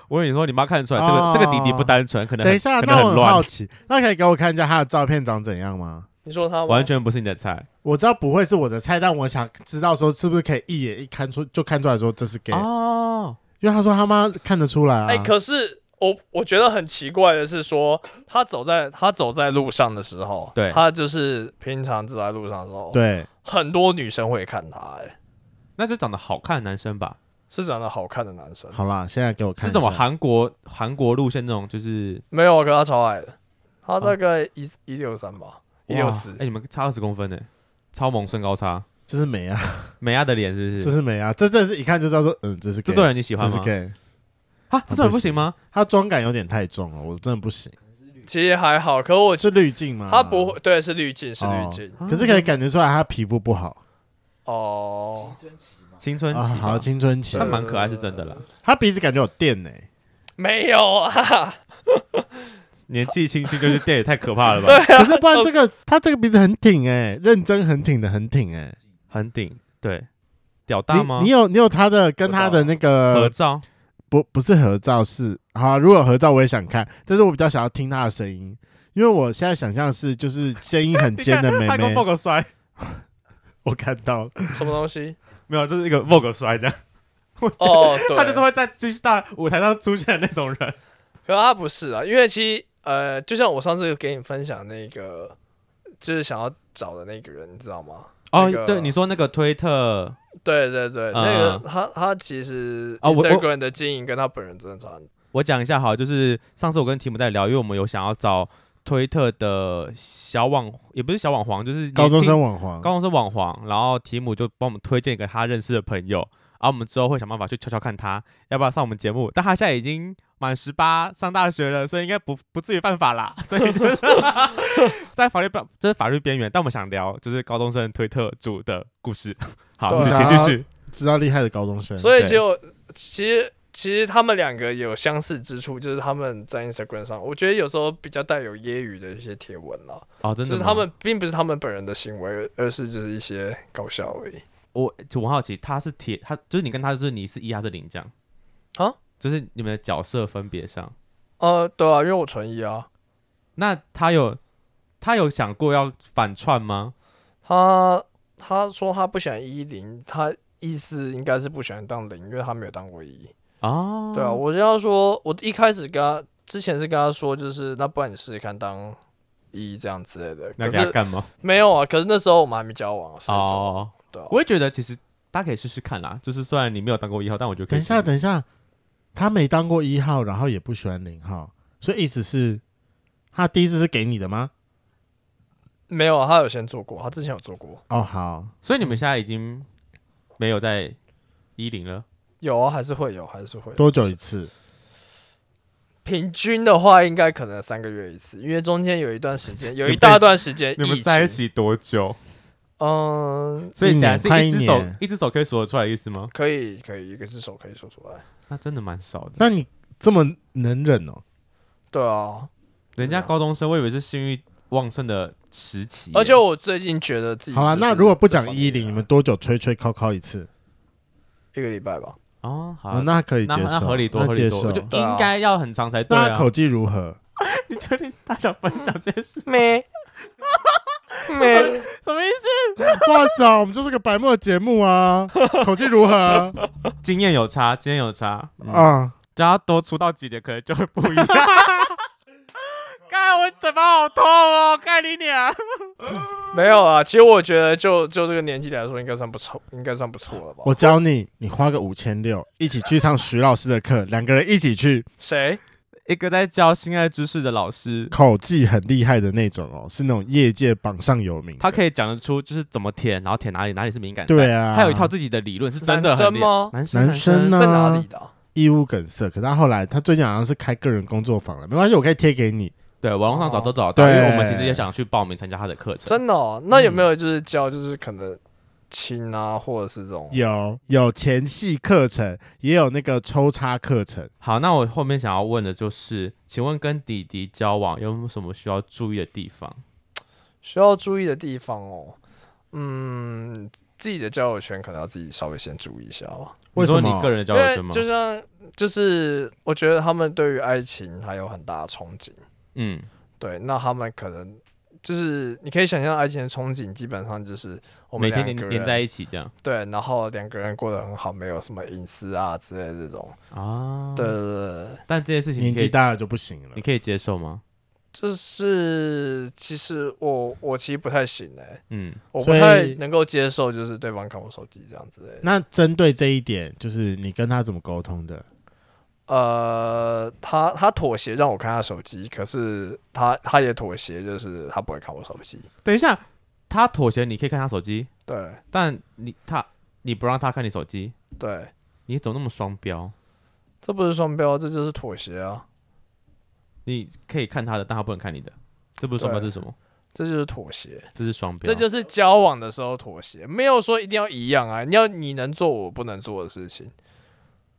我跟你说，你妈看得出来，这个、这个弟弟不单纯，可能很哦等一下，可能那我很很好乱，奇，那可以给我看一下他的照片长怎样吗？你说他吗完全不是你的菜。我知道不会是我的菜，但我想知道说是不是可以一眼一看出就看出来说这是 gay，、哦，因为他说他妈看得出来啊。哎、可是我我觉得很奇怪的是说，他走在他走在路上的时候，对他就是平常走在路上的时候，，对，很多女生会看他、哎，那就长得好看的男生吧，是长得好看的男生，好啦，现在给我看是一下怎么韩国韩国路线那种，就是没有，可是他超矮的，他大概一一六三吧，一六四哇哎，，你们差二十公分呢，超萌身高差。这是美啊，美亚的脸是不这是？是美啊，这真的是一看就知道说，嗯，这是 gay，这种人你喜这欢是吗？ gay，啊，这种人不行吗？他妆感有点太重了，我真的不行。其实还好，可我是滤镜吗？他不会，对，是滤镜，是哦滤镜，可是可以感觉出来他皮肤不好，哦，青春期啊，吧，好青春期他，蛮可爱是真的啦，他鼻子感觉有电 呢、没有啊，年纪轻轻就去电也太可怕了吧？可是不然这个他这个鼻子很挺哎、认真很挺的很挺哎、很顶，对，屌大你吗？你有呃你有他的跟他的那合个照不不是合照是好、啊，如果有合照我也想看，但是我比较想要听他的声音，因为我现在想象是就是声音很尖的 妹他跟妹， Vogue 摔，我看到了，什么东西？没有，就是一个 Vogue 摔这样。我觉得哦，对，他 就是会在巨大舞台上出现的那种人。可他不是啊，因为其实呃，就像我上次给你分享那个，就是想要找的那个人，你知道吗？哦，那个对，你说那个推特，对对对，嗯那个他他其实啊我我 Instagram 的经营跟他本人真的差很多。我讲一下哈，就是上次我跟提姆在聊，因为我们有想要找推特的小网，也不是小网黄，就是高中年轻生网黄，高中生网黄，然后提姆就帮我们推荐一个他认识的朋友，然后我们之后会想办法去敲敲看他要不要上我们节目，但他现在已经满十八上大学了，所以应该不不至于犯法啦， 所以就是在法律边这是法律边缘，但我们想聊就是高中生推特主的故事，好，对请啊请继续，知道厉害的高中生，所以对其实我其实其实他们两个有相似之处，就是他们在 Instagram 上，我觉得有时候比较带有揶揄的一些贴文啦，哦，真就的是吗他们并不是他们本人的行为，而是就是一些搞笑而已。我就我好奇，他是铁，他就是你跟他就是你是一，他是零这样啊，就是你们的角色分别上，呃，对啊，因为我纯一啊，那他有他有想过要反串吗？他他说他不喜欢一零，他意思应该是不喜欢当零，因为他没有当过一。哦，对啊，我就要说，我一开始跟他之前是跟他说，就是那不然你试试看当一这样之类的。那可给他是干嘛？没有啊，可是那时候我们还没交往啊，所以就、哦，对啊我也觉得其实大家可以试试看啦，就是虽然你没有当过一号，但我觉得可以等一下，试试等一下，他没当过一号，然后也不喜欢零号，所以意思是他第一次是给你的吗？没有啊，他有先做过，他之前有做过，哦，好，所以你们现在已经没有在一零了，有啊，还是会有，还是会有多久一次？平均的话，应该可能三个月一次，因为中间有一段时间，有你一们大段时间你疫们在一情，起多久？嗯，所以一等下年快一是一只手年一只手可以数得出来的意思吗？可以，可以，一个只手可以说出来。那真的蛮少的。那你这么能忍哦？对啊，人家高中生，我以为是性欲旺盛的时期耶，而且我最近觉得自己好啦，就是那如果不这讲方一面零，啊你们多久吹吹敲敲一次？一个礼拜吧，哦，好啊，，那可以接那那受，合理多那合理接多，受我就。对啊应该要很长才对那啊。口技如何？你确定他想分享这件事？ 咩咩，什么意思？哇塞，我们就是个白目节目 啊，口技如何经验有差，经验有差，嗯，啊？只要多出道几年，可能就会不一样。 看我嘴巴好痛哦，看你俩。没有啊。其实我觉得就就这个年纪来说，应该算不错，应该算不错了吧。我教你，你花个五千六，一起去上徐老师的课，两个人一起去，谁？一个在教性爱知识的老师，口技很厉害的那种哦，是那种业界榜上有名的。他可以讲得出就是怎么舔，然后舔哪里，哪里是敏感带。对啊，他有一套自己的理论，是真的很厉害。男生男生呢？呢在哪里的啊？义乌梗塞，可是他后来他最近好像是开个人工作坊了，没关系，我可以贴给你。对，网络上找都找得到，因为哦对我们其实也想去报名参加他的课程。真的哦？那有没有就是教就是可能亲啊，或者是这种？有有前戏课程，也有那个抽插课程。好，那我后面想要问的就是，请问跟弟弟交往有没有什么需要注意的地方？需要注意的地方哦，嗯，自己的交友圈可能要自己稍微先注意一下吧，为什你说你个么？人的交因友为圈吗？就像就是我觉得他们对于爱情还有很大的憧憬，嗯，对，那他们可能就是你可以想象爱情的憧憬，基本上就是我们每天连两个连在人一起这样对，然后两个人过得很好，没有什么隐私啊之类的这种，啊。对，对对对，但这件事情你年可纪以大了就不行了你。可以接受吗？就是其实我我其实不太行哎、嗯，我不所以太能够接受就是对方看我手机这样之类的。那针对这一点，就是你跟他怎么沟通的？呃，他他妥协让我看他手机，可是他他也妥协，就是他不会看我手机。等一下，他妥协，你可以看他手机，对但你他你不让他看你手机，对，你怎么那么双标？这不是双标，这就是妥协啊，你可以看他的，但他不能看你的，这不是双标，对这是什么？这就是妥协，这是双标。这就是交往的时候妥协，没有说一定要一样啊。你要你能做我不能做的事情，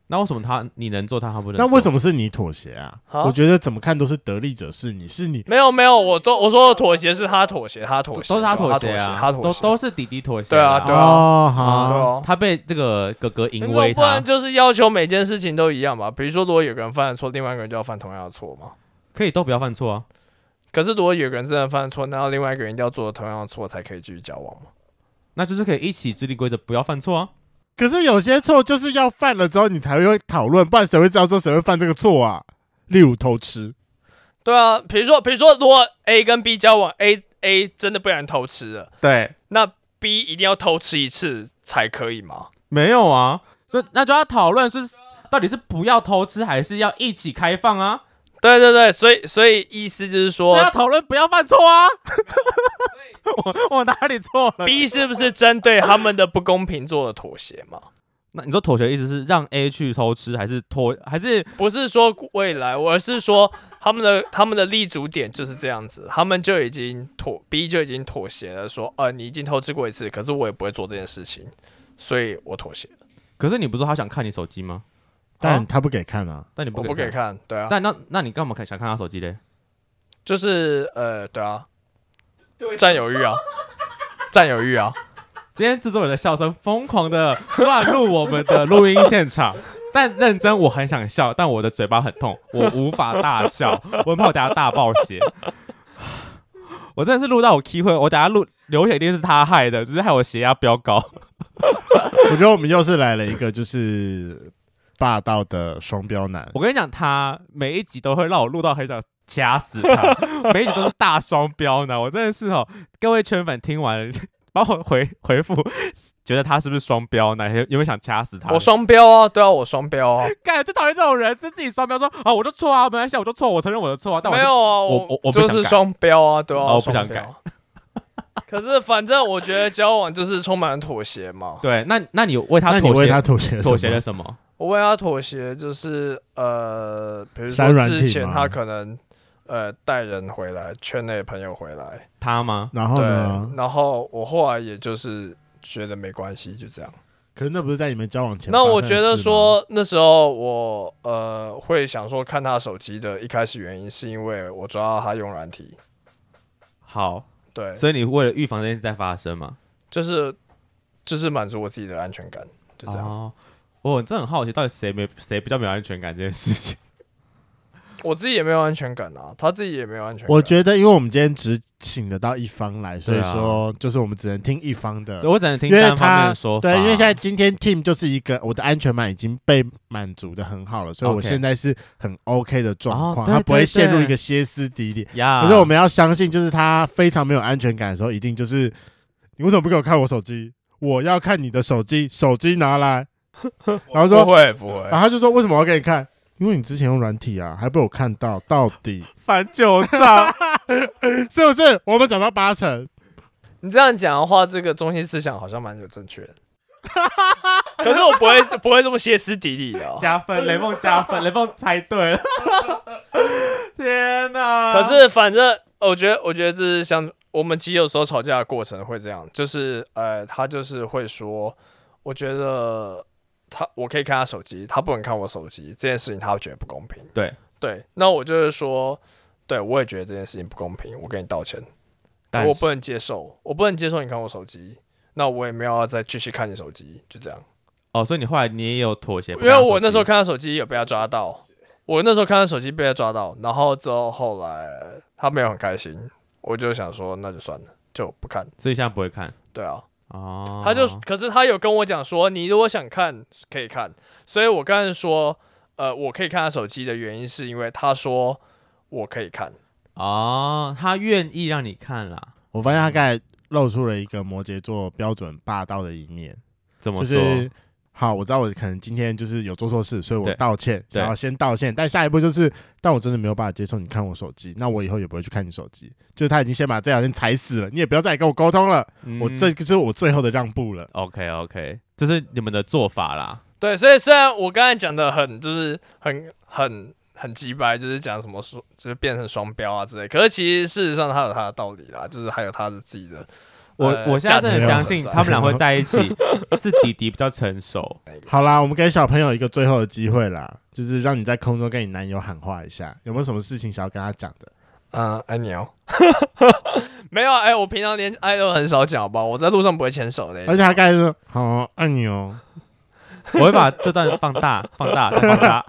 那为什么他你能做，他他不能那做？为什么是你妥协啊？啊我觉得怎么看都是得利者是你，是你没有没有，我都我说的妥协是他妥协，他妥都协，都是他对妥他协协，啊？他妥都协，都是弟弟妥协。对啊对啊哦，对好，哦。他被这个哥哥淫那威不他然，就是要求每件事情都一样吧？比如说，如果有个人犯了错，另外一个人就要犯同样的错嘛。可以都不要犯错啊。可是如果有个人真的犯错，难道另外一个人一定要做同样的错才可以继续交往吗？那就是可以一起制定规则，不要犯错啊。可是有些错就是要犯了之后你才会讨论，不然谁会知道说谁会犯这个错啊？例如偷吃，对啊，比如说，比如说，如果 A 跟 B 交往，A A 真的被人偷吃了，对，那 B 一定要偷吃一次才可以吗？没有啊，所以那就要讨论是到底是不要偷吃，还是要一起开放啊？对对对，所以所以意思就是所说以要讨论不要犯错啊。我我哪里错了？ ，B 是不是针对他们的不公平做了妥协嘛？那你说妥协的意思是让 A 去偷吃，还是拖，还是不是说未来，我而是说他们的他们的立足点就是这样子，他们就已经妥 B 就已经妥协了，说呃你已经偷吃过一次，可是我也不会做这件事情，所以我妥协了，可是你不是说他想看你手机吗？但他不给看啊。但你我不不给看，对啊，但那那你干嘛看想看他手机嘞？就是呃对啊，占有 欲啊，占有欲啊，今天制作人的笑声疯狂的乱入我们的录音现场， 但认真，我很想笑，但我的嘴巴很痛，我无法大笑，我很怕我等下大爆血。 我真的是录到我 key 会，我等下录流血一定是他害的，就是害我血压飙高。我觉得我们又是来了一个就是霸道的双标男。我跟你讲，他每一集都会让我录到很想掐死他， 每一集都是大双标呢。我真的是哦，各位圈粉听完了， 帮我回回复，觉得他是不是双标呢？有有没有想掐死他？我双标啊，对啊，我双标啊，干，最讨厌这种人，就自己双标说啊，我就错啊，没关系，我就错，我承认我的错啊， 但我没就有啊，我我我不就想是改双标啊，对啊， 哦我不想双标。可是反正我觉得交往就是充满了妥协嘛。对，那那你为他那你妥为他协妥协什么妥协了什么？我为他妥协，就是呃，比如删说软体之前吗他可能呃带人回来，圈内朋友回来，他吗？然后对呢？，然后我后来也就是觉得没关系，就这样。可是那不是在你们交往前发那生的事吗？我觉得说那时候我呃会想说看他手机的一开始原因是因为我抓到他用软体，好，对，所以你为了预防这件事在发生嘛？就是就是满足我自己的安全感，就这样。哦，我真的很好奇，到底谁没谁比较没有安全感这件事情？我自己也没有安全感啊，他自己也没有安全感。我觉得，因为我们今天只请得到一方来，所以对啊说就是我们只能听一方的所以。我只能听嗯因为单方面他的说法。对，因为现在今天 team 就是一个我的安全感已经被满足的很好了，所以我 OK 现在是很 OK 的状况，哦对他不会对陷入对啊一个歇斯底里。呀，可是我们要相信，就是他非常没有安全感的时候，一定就是你为什么不给我看我手机？我要看你的手机，手机拿 来。然后不说，啊会不会然，后他就说为什么我要给你看？因为你之前用软体啊，还被我看到，到 底翻旧 账，是不是？我们讲到八成，你这样讲的话，这个中心思想好像蛮有正确的。可是我不会不会这么歇斯底里的、哦。加分，雷梦加分，雷梦猜对了。天哪！可是反正我觉得，我觉得这是像我们其实有时候吵架的过程会这样，就是呃，他就是会说，我觉得他我可以看他手机，他不能看我手机这件事情，他会觉得不公平。对对，那我就是说，对我也觉得这件事情不公平，我跟你道歉，但可我是不能接受，我不能接受你看我手机。那我也没有要再继续看你手机，就这样。哦，所以你后来你也有妥协，不因为看手我那时候机看他手机有被他抓到，我那时候看他手机被他抓到，然后之后后来他没有很开心，我就想说那就算了，就不看。所以现在不会看对啊，哦。他就可是他有跟我讲说，你如果想看可以看，所以我刚才说，呃，我可以看他手机的原因是因为他说我可以看，哦，他愿意让你看啦。我发现他刚才露出了一个摩羯座标准霸道的一面，怎么就说？是。好，我知道我可能今天就是有做错事，所以我对道歉，对想要先道歉。但下一步就是，但我真的没有办法接受你看我手机，那我以后也不会去看你手机。就是他已经先把这条线踩死了，你也不要再来跟我沟通了。嗯我这个就是我最后的让步了。 OK OK，这是你们的做法啦。对，所以虽然我刚才讲的很就是很很很鸡掰，就是讲什么说就是变成双标啊之类，可是其实事实上他有他的道理啦，就是还有他的自己的。我、呃我现在价值真的观相存 信在他们俩会在一起，是弟弟比较成熟。好啦，我们给小朋友一个最后的机会啦，就是让你在空中跟你男友喊话一下，有没有什么事情想要跟他讲的？嗯，爱你哦。 没有啊，哎、我平常连爱都很少讲，好不好？我在路上不会牵手的。而且他刚才说好哦爱你哦，我会把这段放大、放大、再放 大。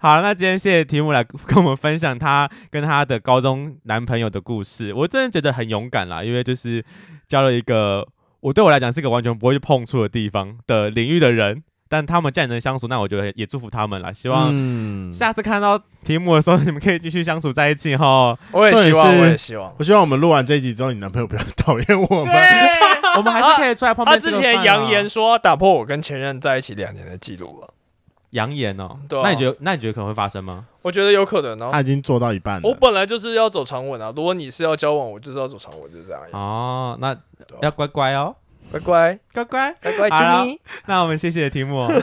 好，那今天谢谢题目来跟我们分享她跟她的高中男朋友的故事，我真的觉得很勇敢啦，因为就是交了一个我对我来讲是一个完全不会去碰触的地方的领域的人，但他们既然能相处，那我觉得也祝福他们啦，希望嗯下次看到题目的时候，你们可以继续相处在一起 哈。我也重点希望，是我也 希望。我希望我们录完这一集之后，你男朋友不要 讨厌我们。我们还是可以出来碰他面吃之个饭啊。前扬言说打破我跟前任在一起两年的记录了，扬言哦，对啊那你觉得那你觉得可能会发生吗？我觉得有可能哦。他已经做到一半了。我本来就是要走长稳啊，如果你是要交往，我就是要走长稳，就这样。哦，那哎对啊要乖乖哦，乖乖，乖乖。乖乖，好啦啾咪。那我们谢谢题目哦。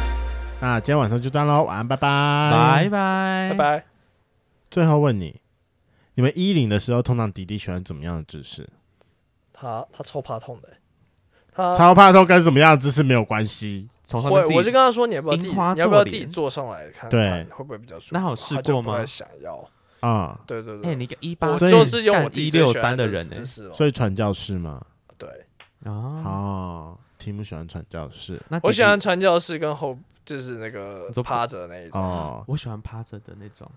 那今天晚上就这样喽，晚安，拜拜，拜。拜，拜。拜。最后问你，你们衣领的时候，通常迪迪喜欢怎么样的姿势？他他超怕痛的、他超怕痛跟什么样的姿势没有关系。从上会面，自我就己跟他说你要不要自己，樱花你要不要坐自己莲坐上来看对看会不会比较舒服？那有试过吗他就不太想要，啊、对对哎，对，你个一八我所以就是用我干自163己最喜欢的姿人欸姿势哦所以传教士嘛，对，啊，哦，题目喜欢传教士那弟弟我喜欢传教士跟后就是那个你说趴着那一种。哦。我喜欢趴着的那种。